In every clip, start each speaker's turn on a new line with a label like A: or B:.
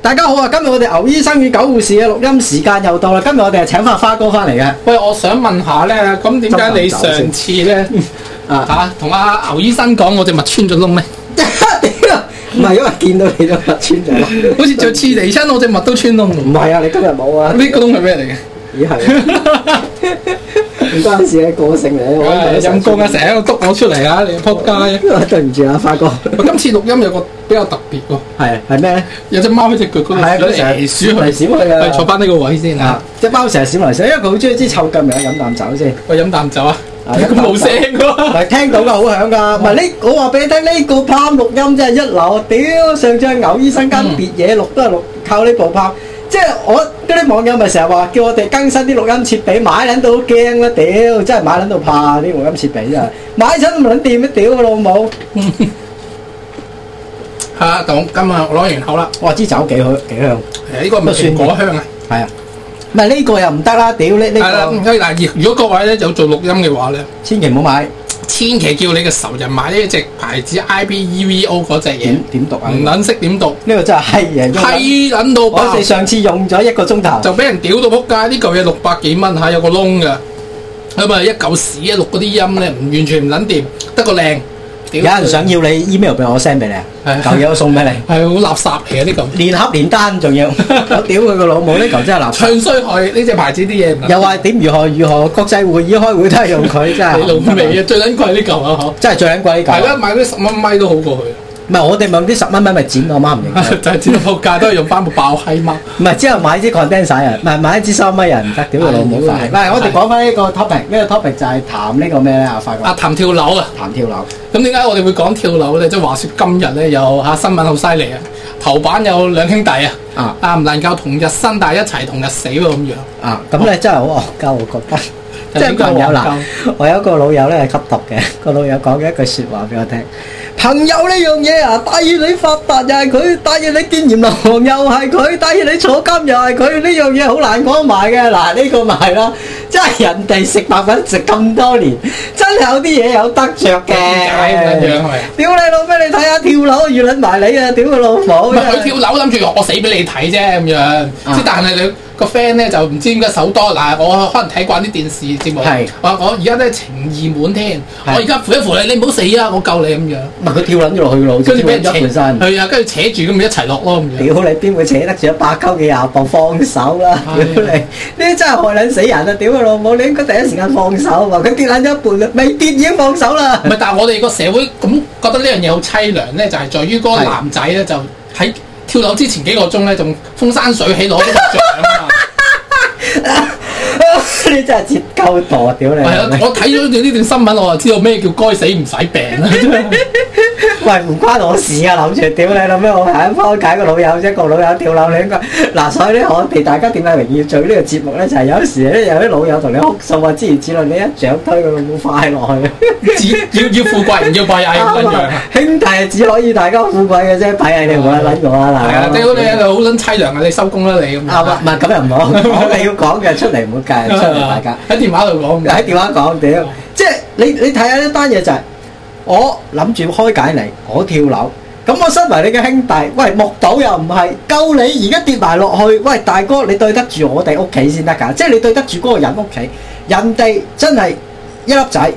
A: 大家好啊！今日我哋牛醫生與狗護士嘅錄音時間又到啦。今日我哋係請翻花哥翻嚟嘅。
B: 喂，我想問下咧，咁點解你上次咧
A: 啊
B: 嚇同阿牛醫生講我隻襪穿咗窿咧？
A: 屌唔係因為見到你都穿咗，
B: 好似着刺離親，我隻襪都穿窿
A: 唔
B: 喎。
A: 係啊！你今日冇啊？
B: 呢個窿係咩嚟嘅？
A: 咦 係啊，唔關事嘅個性嚟嘅， 我
B: 唉
A: 諗
B: 陰公啊！成日喺度督我出嚟啊！你個撲街！
A: 日對唔住啊，花哥，
B: 我今次錄音有個比較特別喎，
A: 係係咩咧？
B: 有隻貓喺只腳嗰度
A: 係啊，佢成日
B: 鼠
A: 嚟
B: 嚟鼠去，
A: 閃去啊
B: 喂，坐翻呢個位先啊
A: 啊！！只貓成日閃嚟閃，因為佢好中意支臭腳味，飲啖酒先。
B: 喂，飲啖酒啊！
A: 啊
B: 咁冇聲
A: 唔
B: 喎。
A: 係聽到嘅好響㗎，唔係呢，我話俾你聽，呢個炮錄音真係一流。屌，上次係牛醫生間別嘢錄都係錄靠呢部炮，即係我嗰啲網友咪成日話叫我哋更新啲錄音設備，買撚到都驚啦，屌，真係買撚到怕啲錄音設備真係，買親都唔撚掂啊，屌佢老母！
B: 嚇！咁今日我攞完口啦。
A: 我話支酒幾好幾香，
B: 誒，呢個咪
A: 乜
B: 蘋
A: 算
B: 果香啊！
A: 係啊，唔係呢個又唔得啦，屌呢呢
B: 係啦，唔
A: 個
B: 該嗱，如如果各位咧有做錄音嘅話咧。
A: 千祈唔好買，
B: 千祈叫你嘅仇人買呢一隻牌子 IPEVO 嗰只嘢
A: 點，點讀啊？
B: 唔
A: 呢
B: 撚識點讀，
A: 個真係閪嘢，中文
B: 閪撚到
A: 嗯我
B: 爆
A: 哋，上次用咗一個鐘頭。
B: 就俾人屌到仆街。呢嚿嘢六百幾蚊嚇，有個窿㗎，咁啊一嚿屎一錄嗰啲音咧，唔完全唔撚掂，得個靚。
A: 有
B: 屌
A: 人想要你 email 俾我我 send 俾你啊，
B: 係
A: 嚿嘢我送俾你，
B: 係好垃圾嚟嘅呢嚿，
A: 連盒連單仲 要，我屌佢個老母呢嚿真係垃圾。
B: 唱衰佢呢只牌子啲嘢唔撚掂
A: 又話點如何如何，國際會議開會都係用佢，真
B: 你老味
A: 係
B: 啊，最撚貴呢嚿啊嗬。
A: 真係最撚貴呢
B: 係啦，
A: 嚿。
B: 買嗰啲十蚊咪都好過
A: 唔係我哋咪用啲十蚊蚊咪剪，我媽唔認
B: 佢，
A: 得。
B: 就係知道仆街都係用翻部爆閪貓。
A: 唔係之後買支 condenser 啊，唔係買一支收咪人唔得，屌佢老母快！
B: 係
A: 唔係我哋講翻呢個 topic，呢個 topic 就係談呢個咩咧？阿發哥
B: 阿譚跳樓啊！
A: 談跳樓，
B: 咁點解我哋會講跳樓咧？即係話說今日咧有嚇新聞好犀利啊！頭版有兩兄弟啊，
A: 啊
B: 啊唔能夠同日生，但係一齊同日死喎咁樣。
A: 啊咁咧真係好戇鳩，我覺得。即係
B: 就
A: 朋
B: 呢個
A: 友
B: 黃
A: 嗱，我有一個老友咧係吸毒嘅，個老友講咗一句説話俾我聽：朋友呢樣嘢啊，帶住你發達又係佢，帶住你見閻羅王又係佢，帶住你坐監又係佢，呢樣嘢好難講埋嘅。嗱，呢、個咪係啦，即係人哋食白粉食咁多年，真係有啲嘢有得着嘅。
B: 點解 咁樣係咪？
A: 屌你老味，你睇下跳樓遇撚埋你啊！屌佢老母！
B: 唔係佢
A: 真係
B: 跳樓諗住我死俾你睇啫咁樣，
A: 啊
B: 即係但係你個 friend 咧就唔知點解手多嗱，我可能睇慣啲電視節目，
A: 係
B: 我我而家咧情意滿添，
A: 係
B: 我而家扶一扶你，你唔好死啊，我救你咁樣，
A: 唔係佢跳撚咗落去咯，
B: 跟住俾人
A: 跳
B: 扯，
A: 撚咗半身。
B: 係啊，跟住扯住咁咪一齊落咯咁樣。
A: 屌你邊會扯得住一百鳩嘅廿磅放手啦！屌
B: 係啊
A: 你，呢啲真係害撚死人啊！屌佢老母，你應該第一時間放手啊嘛！佢跌撚咗一半，未跌已經放手啦
B: 唔。係，但係我哋個社會咁覺得呢樣嘢好凄涼咧，就係、在於嗰個男仔咧就喺跳樓之前幾個鐘咧，仲風生水起攞咗個獎 啊！
A: 你真係折鳩墮，屌你！
B: 係啊，我睇咗呢段新聞，我就知道咩叫該死唔使病啦。
A: 喂，唔關我事啊！諗住屌你諗咩？我係幫解個老友啫，個老友跳樓你應該嗱，所以咧我哋大家點解榮要做呢個節目咧？就係、有時咧有啲老友同你哭訴啊，之如此類，你一掌推佢老母快落去。
B: 只要要富貴唔要閉翳 咁樣啊樣。
A: 兄弟只可以大家富貴嘅啫，睇下你冇得撚我
B: 係
A: 啊
B: 啊，
A: 嗱。
B: 屌你喺度好撚凄涼啊！你收工啦你咁樣。啊
A: 啊，唔係咁又唔好，我哋要講嘅出嚟唔好計，出嚟大家
B: 喺電話度講
A: 喺電話講屌，即係你你睇下呢單嘢就係、我諗住開解你，我跳樓。咁我身為你嘅兄弟，喂木島又唔係，救你而家跌埋落去，喂大哥你對得住我哋屋企先得㗎，即係你對得住嗰個人屋企，人哋真係一粒仔，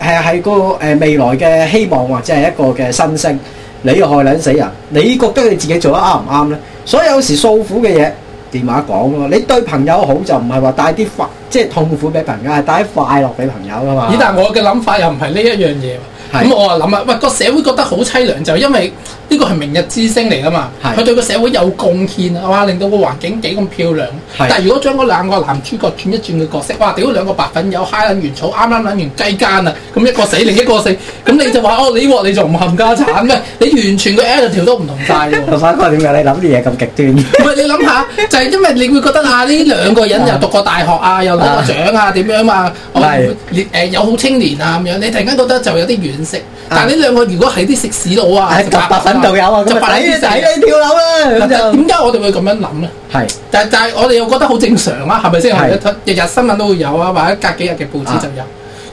A: 係係個誒未來嘅希望或者係一個嘅新星，你又害撚死人，你覺得你自己做得啱唔啱呢？所以有時訴苦嘅嘢。電話講咯，你對朋友好就唔係話帶啲快，即係痛苦俾朋友，係帶啲快樂俾朋友噶嘛。
B: 咦？但係我嘅諗法又唔係呢一樣嘢
A: 係
B: 喎。咁我啊諗啊，喂個社會覺得好凄涼，就係因為呢個係明日之星嚟噶嘛，
A: 係
B: 佢對個社會有貢獻啊，哇令到個環境幾咁漂亮。
A: 係
B: 但係如果將嗰兩個男主角轉一轉嘅角色，哇屌兩個白粉友嗨撚完草，啱啱撚完雞奸啊，咁一個死另一個死，咁你就話哦你鑊你仲唔冚家產咩？你完全個 attitude 都唔同晒喎。
A: 阿發哥點解你諗啲嘢咁極端？
B: 唔係你諗下，就係因為你會覺得啊，呢兩個人又讀過大學啊，又攞過獎啊，點樣啊，我
A: 係
B: 你誒有好青年啊咁樣，你突然間覺得就有啲惋惜。但係呢兩個如果係啲食屎佬啊，
A: 係
B: 食
A: 白粉道友啊，咁
B: 就
A: 啊
B: 白
A: 抵你
B: 啲死
A: 抵你跳樓啦，咁
B: 但但
A: 就
B: 點解我哋會咁樣諗咧？
A: 係
B: 但但係我哋又覺得好正常啊，係咪先？
A: 係
B: 我哋日日新聞都會有啊，或者隔幾日嘅報紙就有。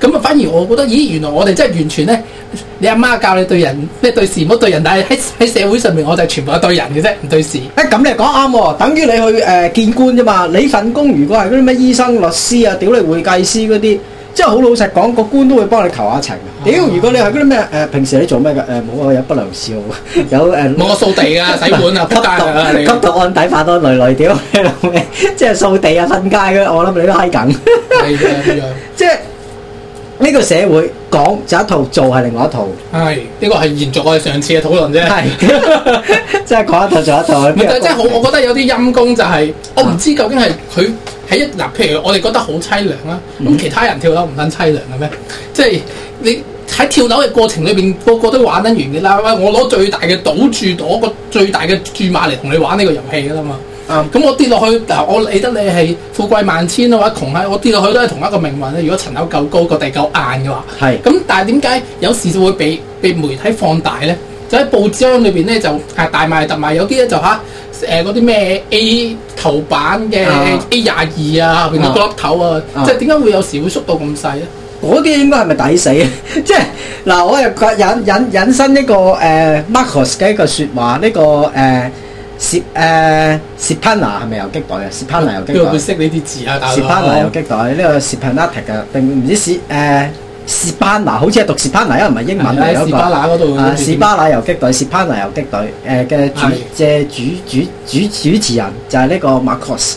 B: 咁啊，反而我覺得，咦，原來我哋真係完全咧，你阿媽教你對人咩對事唔好對人，但係喺喺社會上面，我就係全部係對人嘅啫，唔對事。
A: 誒咁你講啱喎，等於你去誒、呃見官啫嘛。你份工如果係嗰啲咩醫生、律師啊，屌你會計師嗰啲，即係好老實講，個官都會幫你求下情。啊屌，如果你係嗰啲咩誒，平時你做咩㗎？誒冇啊，我有不良嗜好，有 誒。
B: 冇我掃地啊，洗碗啊，
A: 吸
B: 仆街啊，你
A: 毒吸毒案底發多累累，屌 你老味！即係掃地啊、瞓街嗰啲，我諗你都閪 緊。
B: 係嘅咁樣。
A: 即係呢個社會講就一套，做係另外一套，
B: 係呢個係延續我哋上次嘅討論啫。
A: 係 即係講一套做一套。
B: 唔係，但係真係好，我覺得有啲陰公就係、我唔知究竟係佢喺一嗱，譬如我哋覺得好凄涼啦，咁、
A: 嗯
B: 其他人跳樓唔撚凄涼嘅咩？即係你喺跳樓嘅過程裏邊，個個都玩得完嘅啦。喂，我攞最大嘅賭注，攞個最大嘅注碼嚟同你玩呢個遊戲㗎啦嘛。
A: 啱
B: 咁我跌落去嗱，我理得你係富貴萬千啊，或者窮啊，我跌落去都係同一個命運咧。如果層樓夠高，個地夠硬嘅話，
A: 係
B: 咁但係點解有時就會被被媒體放大咧？就喺報章裏邊咧就啊大賣特賣，有啲咧就嚇誒嗰啲咩 A 頭版嘅
A: 啊
B: A 廿二啊，變咗個粒頭啊，
A: 啊
B: 即係點解會有時會縮到咁細咧？
A: 嗰啲應該係咪抵死啊？ 即係嗱，我又覺引引引申一個誒、呃 Marcus 嘅一個説話，呢、個呃誒薛誒 s p a n a 係咪游擊隊啊 s p a n a 游
B: 邊
A: 擊
B: 個會
A: 隊
B: 識呢啲字啊？大
A: s p a n a 游
B: 佬
A: 擊，隊呢個 s p a n a t i c 啊，定唔知是誒 s p a n a 好似係讀 s p a n a 因為唔係英文嚟
B: 喺
A: 嗰
B: 士
A: 個
B: 巴拿嗰度
A: 啊，士巴拿游擊隊 s p a n a 游擊隊誒嘅主
B: 係
A: 嘅主主主主持人就係呢個 Marcus。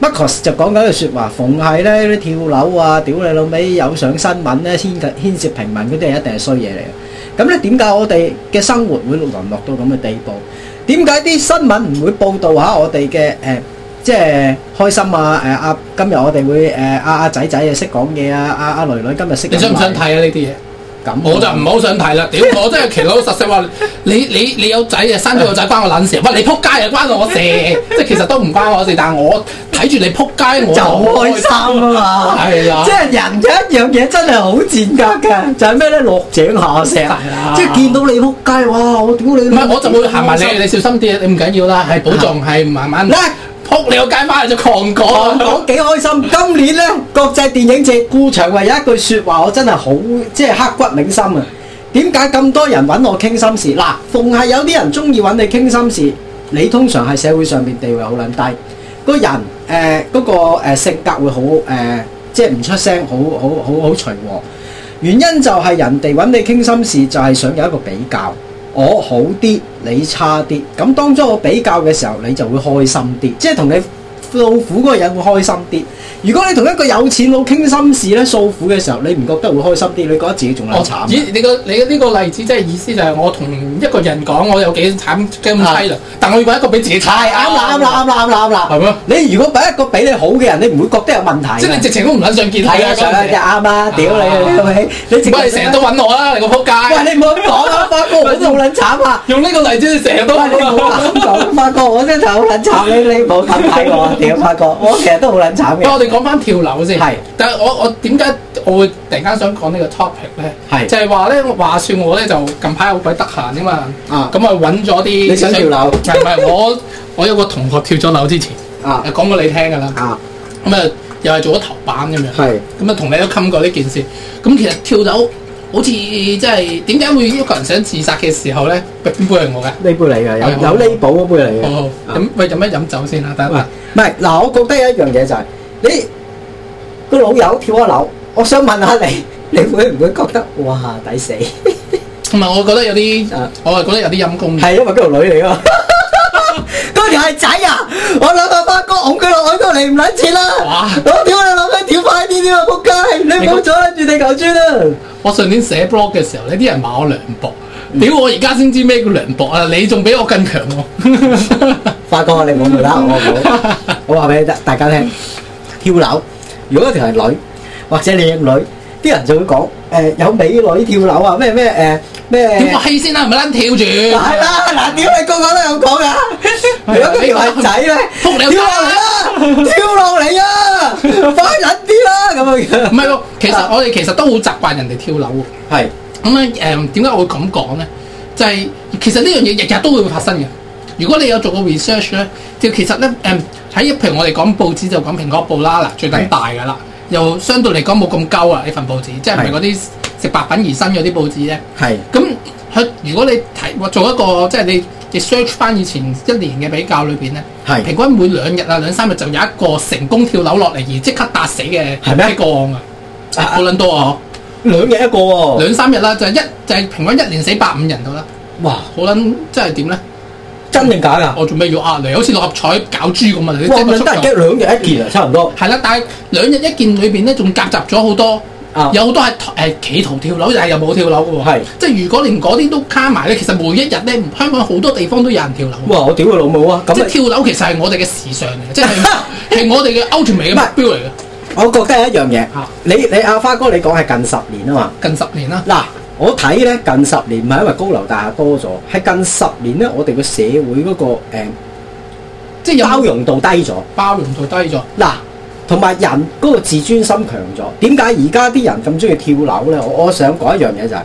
A: Marcus 就講緊一句説話，逢係咧啲跳樓啊，屌你老味有上新聞咧，牽牽涉平民嗰啲係一定係衰嘢嚟嘅。咁咧點解我哋嘅生活會淪落到咁嘅地步？點解啲新聞唔會報導下我哋嘅誒，即係開心啊？誒、啊，今日我哋會誒阿阿仔仔啊識講嘢啊，阿、阿、女女今日識
B: 你想唔想
A: 飲
B: 睇
A: 奶？
B: 啊？呢啲嘢？
A: 咁
B: 我就唔好想睇啦，屌！ 我真係奇佬實實話，你你你有仔啊，生咗個仔關我撚事啊，喂你撲街啊關我事，即係其實都唔關我事，但係我睇住你撲街，我
A: 就好開心啊嘛！
B: 係啊啦
A: 即，係人有一樣嘢真係好賤格嘅，就係咩咧？落井下石啊
B: 啦，
A: 即係見到你撲街，哇！我屌你！
B: 啊唔係我就會行埋你，你小心啲，啊你唔緊要啦，係保重，
A: 啊
B: 係慢慢
A: 咧，
B: 撲你個街翻嚟就狂
A: 我
B: 講
A: 講。幾開心。今年咧國際電影節，顧長衛有一句説話，我真係好即係刻骨銘心啊！點解咁多人揾我傾心事？嗱，逢係有啲人中意揾你傾心事，你通常係社會上面地位好撚低，個人誒嗰、個、呃、性格會好誒、呃即係唔出聲，好好好好隨和。原因就係人哋揾你傾心事，就係、想有一個比較，我好啲，你差啲。咁當咗我比較嘅時候，你就會開心啲，即係同你訴苦嗰個人會開心啲。如果你同一個有錢佬傾心事咧，訴苦嘅時候，你唔覺得會開心啲，你覺得自己仲
B: 我
A: 撚慘。啊
B: 哦咦？你個你呢個例子即係意思就係我同一個人講我有幾慘幾咁凄涼，但我要揾一個比自己
A: 啊
B: 啊
A: 係
B: 差
A: 啱啦，啱啦，啱啦，啱啦，啱啦。
B: 哦係咩？
A: 你如果俾一個比你好嘅人，你唔會覺得有問題㗎。
B: 即係你直情都唔撚想見佢
A: 係啊，上
B: 嗰陣
A: 就
B: 時
A: 啱啦，屌你
B: 啊
A: 你係咪？你直
B: 唔係你成日都揾我啦，你個撲街！
A: 喂，你唔好咁講啊，發哥，我都好撚慘啊！
B: 用呢個例子，你成日都啊
A: 喂，你 唔好咁講，發哥，我真係好撚慘，你你冇咁睇我，屌發哥，我其實都好撚慘
B: 喂，
A: 嘅。
B: 我哋講翻跳樓先。
A: 係，
B: 但係我我點解我會突然間想講呢個 topic 咧？
A: 係
B: 就係話咧，話説我咧就近排好鬼得閒啊嘛，
A: 啊
B: 咁啊揾咗啲
A: 你想跳樓
B: 唔係唔係，我我有個同學跳咗樓之前，
A: 啊
B: 講過你聽㗎啦，
A: 啊，
B: 咁啊又係做咗頭版咁樣。
A: 係
B: 咁啊，同你都冚過呢件事。咁其實跳樓好似即係點解會一個人想自殺嘅時候咧？邊杯係我嘅？
A: 呢杯嚟嘅，有有呢寶嗰杯嚟
B: 好
A: 嘅。
B: 好飲喂飲一飲酒先啦，得
A: 喂
B: 啦。，
A: 唔係嗱，我覺得有一樣嘢就係你個老友跳咗樓，我想問下你，你會唔會覺得哇抵死？
B: 同埋我覺得有啲
A: 啊，
B: 我係覺得有啲陰公嘅。
A: 係因為嗰條女嚟噶。嗰條係仔啊！我諗下發哥拱佢落海度嚟唔撚切啦！
B: 哇
A: 我屌你老母，跳快啲添啊！仆街，你唔好阻撚住地球村啊！
B: 我上年寫 blog 嘅時候呢啲人話我涼薄，屌我而家先知咩叫涼薄啊！你仲比我更強 喎。
A: 發哥，你唔好啦，我冇。我話俾大大家聽，跳樓，如果嗰條係女或者靚女，啲人就會講誒、有美女跳樓啊，咩咩誒咩
B: 屌我。氣先啦，唔好撚跳
A: 嗱
B: 住。
A: 係啦，嗱，屌你個個都有講噶。如果嗰條係仔咧，
B: 仆你個街
A: 跳落嚟啦，跳落嚟啊，快撚啲啦，咁樣
B: 唔係喎，其實我哋其實都好習慣人哋跳樓喎。
A: 係
B: 咁咧誒，點解我會咁講咧？就係、其實呢樣嘢日日都會發生嘅。如果你有做過 research 咧，就其實咧誒喺譬如我哋講報紙就講蘋果報啦，嗱最緊大㗎啦。又相對嚟講冇咁鳩啊！你份報紙，即係唔係
A: 係
B: 嗰啲食白粉而生嗰啲報紙咧？
A: 係
B: 咁佢如果你睇做一個即係你你 search 翻以前一年嘅比較裏邊咧，
A: 係
B: 平均每兩日啊兩三日就有一個成功跳樓落嚟而即刻打死嘅
A: 係咩
B: 嘅個案啊！
A: 啊啊
B: 好撚多啊！
A: 兩日一個
B: 嗬
A: 喎，
B: 兩三日啦，就係一就係平均一年死百五人度啦，
A: 哇！
B: 好撚即係點咧？
A: 真定假㗎？
B: 我做咩要呃你？好似六合彩搞豬咁啊！你
A: 啊哇！
B: 即係個
A: 咁
B: 速
A: 得人
B: 度
A: 驚兩日一件啊，差唔多。
B: 係啦，但係兩日一件裏邊咧，仲夾雜咗好多，
A: 啊
B: 有好多係誒企圖跳樓，但係又冇跳樓嘅喎
A: 係。
B: 即係如果連嗰啲都卡埋咧，其實每一日咧，香港好多地方都有人跳樓。
A: 哇！我屌佢老母啊！咁
B: 即係
A: 咪
B: 跳樓其實係我哋嘅時尚嚟嘅， 即係係我哋嘅 ultimate 嘅目標嚟嘅。
A: 我覺得係一樣嘢
B: 啊。
A: 你你阿花哥，你講係近十年啊嘛。
B: 近十年啦，
A: 嗱，我睇咧近十年唔係因為高樓大廈多咗，係近十年咧我哋個社會嗰、個、誒
B: 即係有
A: 包容度低咗。
B: 包容度低咗，
A: 嗱，同埋人嗰個自尊心強咗。點解而家啲人咁中意跳樓咧？我我想講一樣嘢就係、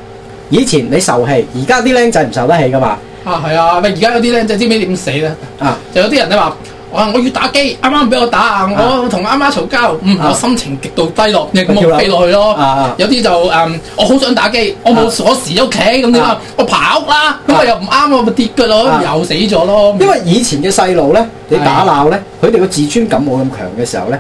A: 以前你受氣，而家啲僆仔唔受得氣噶嘛。
B: 啊係啊，喂而家有啲僆仔知唔知點死咧？
A: 啊，
B: 就有啲人咧話。我我要打機，啱啱俾我打啊！我同阿媽嘈交，嗯，
A: 啊
B: 我心情極度低落，咁
A: 跳樓
B: 我飛落去咯。
A: 啊啊
B: 有啲就誒，我好想打機，我冇
A: 啊
B: 鎖匙屋企咁點
A: 啊
B: 啊？我爬屋啦，咁
A: 啊
B: 我又唔啱，我咪跌腳咯
A: 啊，
B: 又死咗咯。
A: 因為以前嘅細路咧，你打鬧咧，佢哋個自尊感冇咁強嘅時候咧，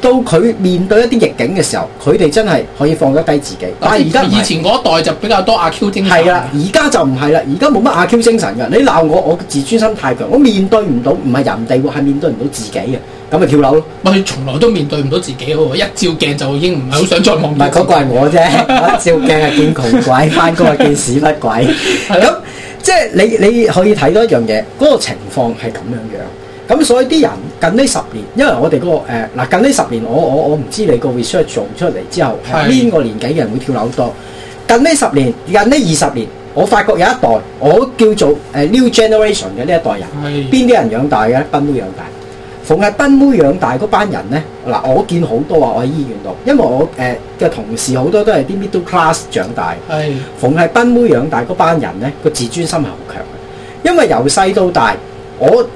A: 到佢面對一啲逆境嘅時候，佢哋真係可以放得低自己。但係而家唔係
B: 啊以前嗰一代就比較多阿 Q 精神。啊
A: 係啊啦，而家就唔係啦，而家冇乜阿 Q 精神㗎。你鬧我，我自尊心太強，我面對唔到，唔係人哋喎，係面對唔到自己嘅，咁咪跳樓咯。
B: 我哋從來都面對唔到自己喎，一照鏡就已經唔係好想再望
A: 唔
B: 到
A: 係
B: 自
A: 嗰
B: 己。
A: 個係 我啫，我照鏡係見窮鬼，翻工係見屎忽鬼。
B: 係
A: 咁
B: 咯
A: 即係你你可以睇到一樣嘢，嗰、個情況係咁樣樣。咁所以啲人近呢十年，因為我哋嗰、個呃嗱、近呢十年，我我我唔知你個 research 做出嚟之後，
B: 係
A: 邊個年紀嘅人會跳樓多？近呢十年，近呢二十年，我發覺有一代我叫做誒、呃 new generation 嘅呢一代人。
B: 係
A: 邊啲人養大嘅咧？賓妹養大。逢係賓妹養大嗰班人咧，嗱我見好多啊！我喺醫院度，因為我誒嘅、同事好多都係啲 middle class 長大。
B: 係
A: 逢係賓妹養大嗰班人咧，個自尊心係好強嘅，因為由細到大，我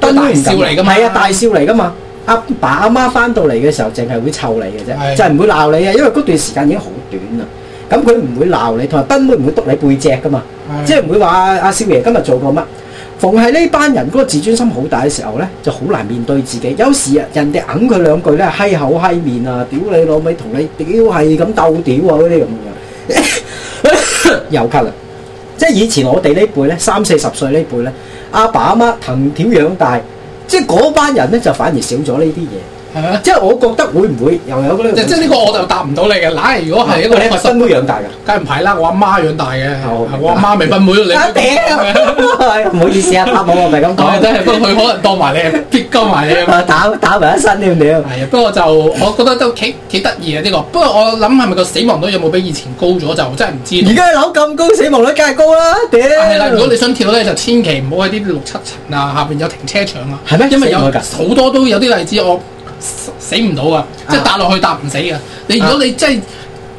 A: 賓妹唔
B: 大少嚟㗎嘛
A: 係啊大少嚟噶嘛。阿爸阿媽翻到嚟嘅時候，淨係會湊你嘅啫，
B: 係
A: 就係唔會鬧你啊，因為嗰段時間已經好短啦。咁佢唔會鬧你，同埋賓妹唔會督你背脊噶嘛。即係唔會話啊阿少爺今日做過乜。逢係呢班人嗰個自尊心好大嘅時候咧，就好難面對自己。有時啊，人哋揞佢兩句咧，閪口閪面啊，屌你老味，同你屌係咁鬥屌啊嗰啲咁樣，又咳啦。即係以前我哋呢輩咧，三四十歲呢輩咧，阿爸阿媽藤條養大，即係嗰班人咧就反而少咗呢啲嘢。
B: 係咪？
A: 即係我覺得會唔會又有呢個？
B: 即即係呢個我就答唔到你嘅。嗱，如果係一個
A: 啊你係咪
B: 實
A: 新妹養大㗎？
B: 梗係唔係啦，我阿媽養大嘅
A: 哦明白，
B: 我阿媽未分妹咯，你
A: 啊
B: 都咁講嘅
A: 屌！唔好意思啊， 答我我唔係咁
B: 我係
A: 講。
B: 真哦係不過佢可能當埋你係撇鳩埋你啊嘛。
A: 啊打打埋一身添屌！
B: 係啊，不過就我覺得都幾幾得意啊呢個。不過我諗係咪個死亡率有冇比以前高咗就真係唔知道
A: 而。家樓咁高，死亡率梗係高啦，屌！
B: 係啦，如果你想跳咧，就千祈唔好喺啲六七層啊，下邊有停車場啊。
A: 係咩
B: 因為有
A: 死唔到㗎
B: 好多都有啲例子，我死死唔到啊，即係搭落去搭唔死嘅。你如果你真係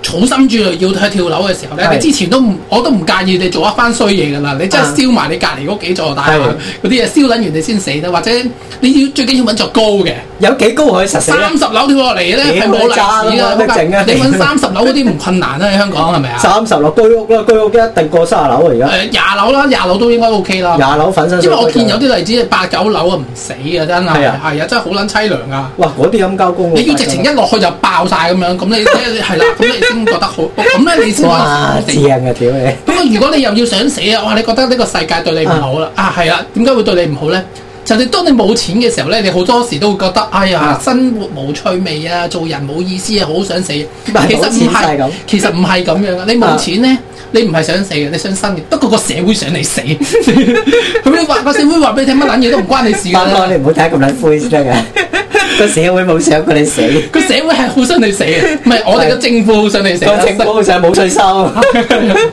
B: 草心住嚟要去跳樓嘅時候咧，
A: 啊係
B: 你之前都唔我都唔介意你做一番衰嘢㗎啦。你真係
A: 啊
B: 燒埋你隔離嗰幾座大廈
A: 係
B: 嗰啲嘢，燒撚完你先死啦，或者你要最緊要揾座高嘅。
A: 有幾高可以實死
B: 三
A: 咧？
B: 十樓跳落嚟咧係冇例子
A: 屌你渣啦整啊
B: 㗎，你揾三十樓嗰啲唔困難啦，喺香港係咪啊？
A: 三十樓居屋啦，居屋一定過三十樓啊！
B: 誒廿樓啦，廿樓都應該 Ờ. OK 啦
A: 而。家廿樓粉身
B: 因為我
A: 碎骨
B: 見有啲例子係八九樓啊唔死啊，真係
A: 係
B: 係
A: 啊哦
B: 啊，真係好撚凄涼啊！
A: 哇，嗰啲咁交工喎，
B: 你要直情一落去就爆晒咁樣，咁你係啦，咁你先覺得好，咁咧你先覺得
A: 哇
B: 好死
A: 正啊！屌你
B: 咁啊，如果你又要想死啊，哇！你覺得呢個世界對你唔好啦，啊係啦，點解會對你唔好咧？就你當你冇錢嘅時候咧，你好多時都會覺得，哎呀
A: 啊，
B: 生活冇趣味啊，做人冇意思啊，好想死。其
A: 但係
B: 實
A: 冇錢就
B: 唔
A: 係咁啊
B: 係，其實唔係咁樣嘅。啊你冇錢咧，你唔係想死嘅，你想生嘅。不過個社會想你死， 咁你話個社會話俾你聽乜撚嘢都唔關 你事
A: 八
B: 㗎
A: 哥，
B: 啦。
A: 你唔好睇咁撚灰先得㗎。個社會冇想過你死，
B: 個社會係好想你死嘅，唔係我哋嘅政府好想你死啊啦。
A: 個政府好想冇稅收，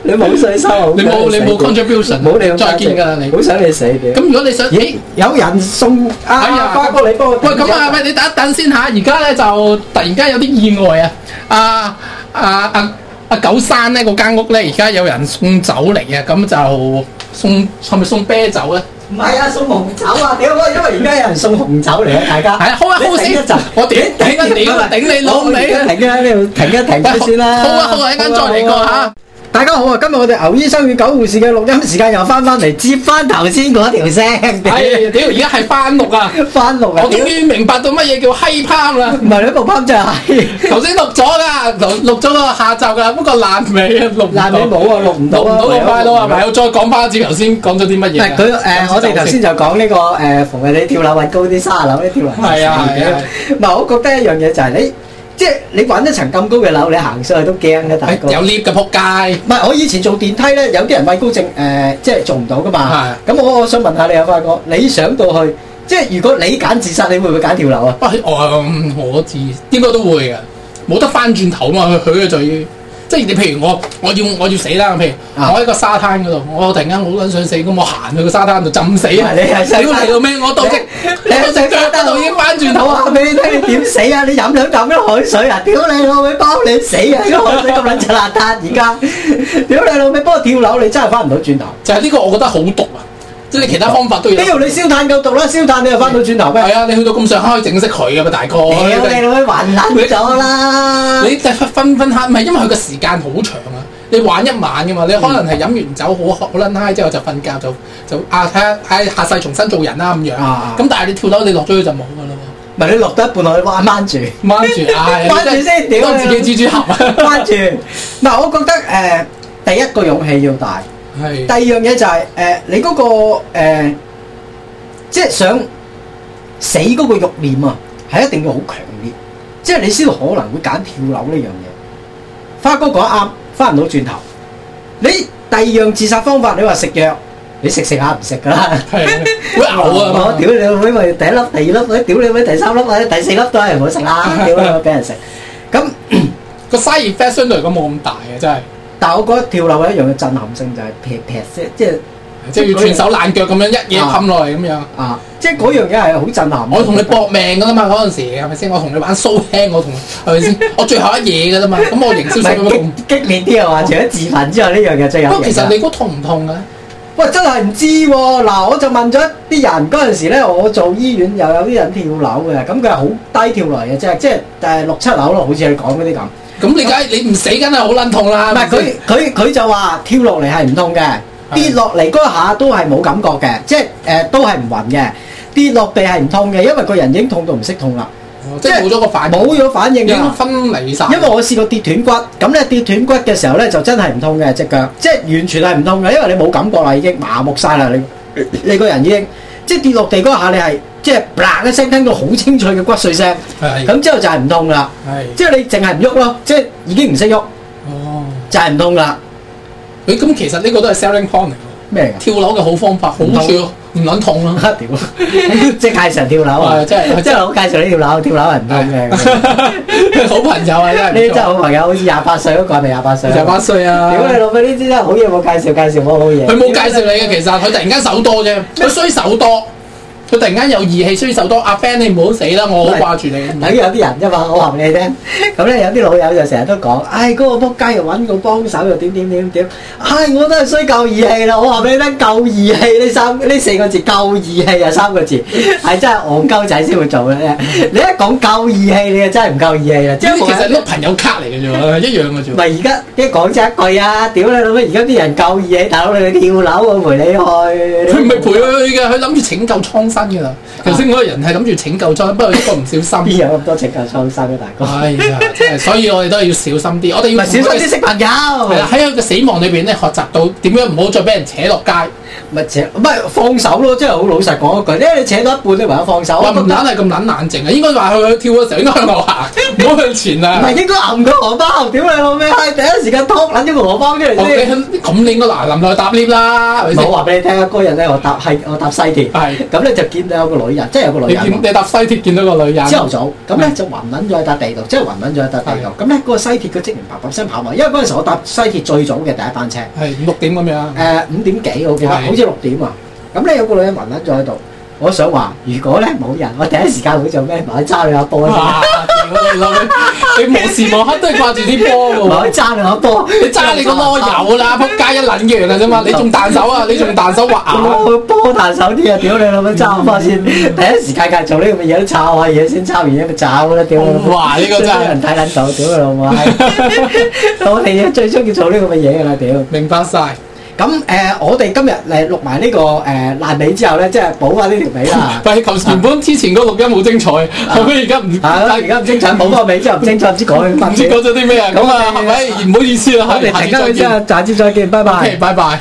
A: 你冇稅收好想
B: 你冇
A: 死
B: 你冇 contribution，啊
A: 冇你咁
B: 再見㗎啦你
A: 好想你死屌！
B: 咁如果你想，
A: 咦
B: 咦？
A: 有人送
B: 哎
A: 啊
B: 呀
A: 花哥，你幫我
B: 喂，咁啊，喂，你等一等先嚇，而家咧就突然間有啲意外啊！啊啊啊啊！九山咧嗰間屋咧，而家有人送酒嚟啊，咁就送係咪送啤酒咧？
A: 唔係啊，送紅酒啊！屌，因為而家有人送紅酒嚟啊，大家。
B: 係啊，好啊，
A: 你
B: 好啊
A: 停一
B: 先
A: 陣，
B: 我屌頂啊屌啊頂你老味啊！
A: 停啊，你要停一停佢先啦。
B: 好啊好啊，一陣再嚟過嚇。
A: 大家好啊！今日我哋牛醫生與狗護士嘅錄音時間又翻翻嚟，接翻頭先嗰條聲。屌
B: 係哎屌，而家係翻錄 啊！
A: 翻錄啊！
B: 我終於明白到乜嘢叫閪拋啦！
A: 唔係你部泵就係
B: 頭先錄咗㗎，錄錄咗個下晝㗎，不過爛尾啊，錄唔到
A: 爛尾冇啊，錄唔到
B: 錄唔
A: 啊，
B: 到個快佬係咪？
A: 唯有
B: 我再講翻自己頭先講咗啲乜
A: 唔係
B: 嘢啊？
A: 佢誒，我哋頭先就講呢個誒，逢係你跳樓揾高啲，卅樓咧跳樓
B: 係啊係啊
A: 唔係，我覺得一樣嘢就係你，即係你揾一層咁高嘅樓，你行上去都驚嘅，大
B: 係
A: 哥。
B: 有 lift 嘅撲街，
A: 唔係，我以前做電梯咧，有啲人畏高症誒、呃即係做唔到噶嘛。咁我我想問下你啊，發哥，你上到去，即係如果你揀自殺，你會唔會揀跳樓啊？
B: 喂我嗯我自應該都會嘅，冇得翻轉頭嘛，佢佢就要。即係你譬如我，我要我要死啦！譬如
A: 啊
B: 我喺個沙灘嗰度，我突然間好撚想死，咁我行去個沙灘度浸死啊！
A: 你係
B: 屌
A: 想
B: 嚟到咩？我到只
A: 你係
B: 我到
A: 想
B: 只腳嗰度已經翻轉頭
A: 我
B: 啊
A: 話！俾你聽，你點死啊？你飲兩啖啲海水啊！屌你老味，包你死啊！啲海水咁撚柒邋遢，而家屌你老味，幫我跳樓，你真係翻唔到轉頭。
B: 就係呢個，我覺得好毒啊！即係你其他方法都要。
A: 屌你燒炭夠毒啦，燒炭你又翻到轉頭咩？
B: 係啊，你去到咁上下可以整識佢嘅嘛，大哥。
A: 屌你老味，暈撚咗啦！
B: 你就分分黑，唔係因為佢個時間好長啊！你玩一晚噶嘛，你可能係飲完酒好好撚嗨之後就瞓覺就就啊睇下唉下世重新做人啦咁樣。
A: 啊
B: 咁但係你跳樓你落咗去就冇噶啦
A: 唔係你落得一半落去彎彎住。
B: 喎，掹 住唉，
A: 掹住先屌
B: 當
A: 你
B: 自己蜘蛛俠啊！
A: 關注。嗱，我覺得誒、呃第一個勇氣要大，
B: 係
A: 第二樣嘢就係、呃你嗰、個、呃、即係想死嗰個慾念啊，係一定要好強烈，即係你先可能會揀跳樓呢樣嘢。花哥講得啱，翻唔到轉頭。你第二樣自殺方法，你話食藥，你食食下唔食㗎啦。
B: 係 會嘔
A: 我
B: 啊！
A: 屌你老味，咪第一粒、第二粒，屌你咪第三粒或者第四粒都係唔好 食啦，屌你咪俾人食。咁
B: 個 side effect 相對嚟講冇咁大嘅真係，
A: 但係我覺得跳樓有一樣嘅震撼性就係劈劈即即係
B: 即係要斷手爛腳咁樣一嘢
A: 啊
B: 冚落嚟咁樣。
A: 啊，即係嗰樣嘢係好震撼。
B: 我同你搏命噶啦嘛，嗰陣時係咪先？我同你玩 show hand，我同係咪先？我最後一嘢噶啦嘛，咁我營
A: 唔
B: 銷上
A: 係
B: 有
A: 激激烈啲啊嘛，除咗自焚之外，呢樣嘢最有型啊。
B: 哦不過其實你估痛唔痛啊？
A: 喂真係唔知喎嗱，我就問咗一啲人嗰陣時咧，我做醫院又有啲人跳樓嘅，咁佢係好低跳落嚟嘅啫，即係誒六七樓咯，好似你講嗰啲咁。
B: 咁你梗係你唔死梗係好撚痛啦。
A: 啊唔係佢佢佢就話跳落嚟係唔痛
B: 啊
A: 嘅，跌落嚟嗰下都係冇感覺嘅，即係誒、呃都係唔暈嘅，跌落地係唔痛嘅，因為個人已經痛到唔識痛啦，
B: 哦即係冇咗個反應，
A: 冇咗反應啊
B: 已經
A: 㗎。
B: 分離晒。
A: 因為我試過跌斷骨，咁咧跌斷骨嘅時候咧就真係唔痛嘅只腳，即係完全係唔痛嘅，因為你冇感覺啦，已經麻木晒啦，你你個人已經即係跌落地嗰下，你係即係嗱一聲聽到好清脆嘅骨碎聲，
B: 係
A: 咁之後就係唔痛噶啦，
B: 係
A: 即係你淨係唔喐咯，即係已經唔識喐，
B: 哦。
A: 就係唔痛噶啦，
B: 佢咁其實呢個都係 selling point 嚟喎。
A: 咩
B: 跳樓嘅好方法，好
A: 唔痛
B: 處唔撚痛
A: 嚟
B: 啦。
A: 㗎？屌，即係介紹人跳 樓啊！
B: 係哦真係
A: 即係我介紹你跳樓，跳樓係唔痛嘅。
B: 好朋友啊，
A: 呢
B: 真係
A: 啲真
B: 唔錯
A: 係好朋友，好似廿八歲嗰個係咪廿八歲啊？
B: 廿八歲啊。
A: 屌你老味，呢啲真係好嘢冇介紹，介紹我好嘢。
B: 佢冇介紹你嘅，其實佢突然間手多啫，佢衰手多，佢突然間有義氣衰手多。阿 Ben 你唔好死啦，我好掛住你。
A: 等於有啲人啫嘛，我話俾你聽，咁咧有啲老友就成日都講，唉，嗰、個仆街又揾個幫手又點點點點，唉，我都係衰夠義氣啦！我話俾你聽，夠義氣呢三呢四個字，夠義氣啊三個字，係真係戇鳩仔先會做嘅啫。你一講夠義氣，你就真係唔夠義氣啦，即
B: 即係
A: 係
B: 其實
A: 冇
B: 呢個朋友卡嚟嘅啫，一樣嘅啫
A: 唔。係而家一講真一句啊！屌你老味，而家啲人夠義氣，大佬你去跳樓我陪你去，
B: 佢
A: 佢
B: 唔係陪佢去嘅，佢諗住拯救蒼生嘅啦。
A: 啊
B: 頭先嗰個人係諗住拯救蒼生，不過一個唔 小
A: 邊
B: 心。
A: 有咁多拯救創新嘅大哥？
B: 哎呀，真係所以我哋都係要小心啲，我哋
A: 唔係
B: 要
A: 小心啲識朋友。
B: 係啦，喺佢嘅死亡裏邊咧，學習到點樣唔好再俾人扯落街。
A: 咪扯，唔係放手咯，即係好老實講一句，因為你扯到一半，你唯有放手。
B: 話
A: 我
B: 唔
A: 覺得
B: 撚係咁撚冷靜啊，應該話佢跳嘅時候應該向後行，唔好向前
A: 唔
B: 啊。
A: 係應該揞個荷包，屌你老味，係第一時間托撚咗個荷包出嚟
B: 哦
A: 先。
B: 你咁你應該嗱臨落去搭 lift 啦，係咪
A: 我
B: 先？
A: 話俾你聽啊，嗰日咧我搭係我搭西鐵，
B: 係
A: 咁咧就見到有個女人，即係有個
B: 你
A: 女
B: 見
A: 人。
B: 你搭西鐵見到個女人，
A: 朝頭早咁咧就暈撚咗喺笪地度，即係暈撚咗喺笪地度。咁咧嗰個西鐵嘅職員啪啪聲跑埋，因為嗰陣時我搭西鐵最早嘅第一班車。
B: 係五六點咁 樣，
A: 誒五點幾我記得，
B: 係
A: 好似六點啊。咁咧有個女人暈撚咗喺度，我想話如果咧冇人，我第一時間會做咩？咪揸你阿波
B: 哇！我哋諗你你無時無刻都係掛住啲波嘅喎。
A: 爭下波，
B: 你揸你個啰柚啦，
A: 啊
B: 仆街一撚完啦啫嘛！你仲彈手 啊？你仲彈手滑牙？
A: 我波彈手啲啊！屌你老母揸翻先，第一時間梗係做呢咁嘅嘢都抄下嘢先，抄完嘢咪炒啦！屌你老母，
B: 哇呢個真係
A: 俾人睇撚到，屌你老母 閪！我哋最中意做呢咁嘅嘢㗎啦，屌！
B: 明白晒。
A: 咁誒、呃我哋今日誒錄埋呢個誒、呃、爛尾之後咧，即係補翻呢條尾啦。
B: 喂，頭原本之前嗰個錄音好精彩，後啊尾而家唔
A: 係啊啦，而家唔精彩，補翻尾之後唔精彩，唔知講乜
B: 唔知
A: 嘢。
B: 啊講咗啲咩啊？咁啊，係咪？唔好意思啦，
A: 我哋停
B: 係
A: 咗佢之後，下次再見，拜拜。
B: OK，拜拜。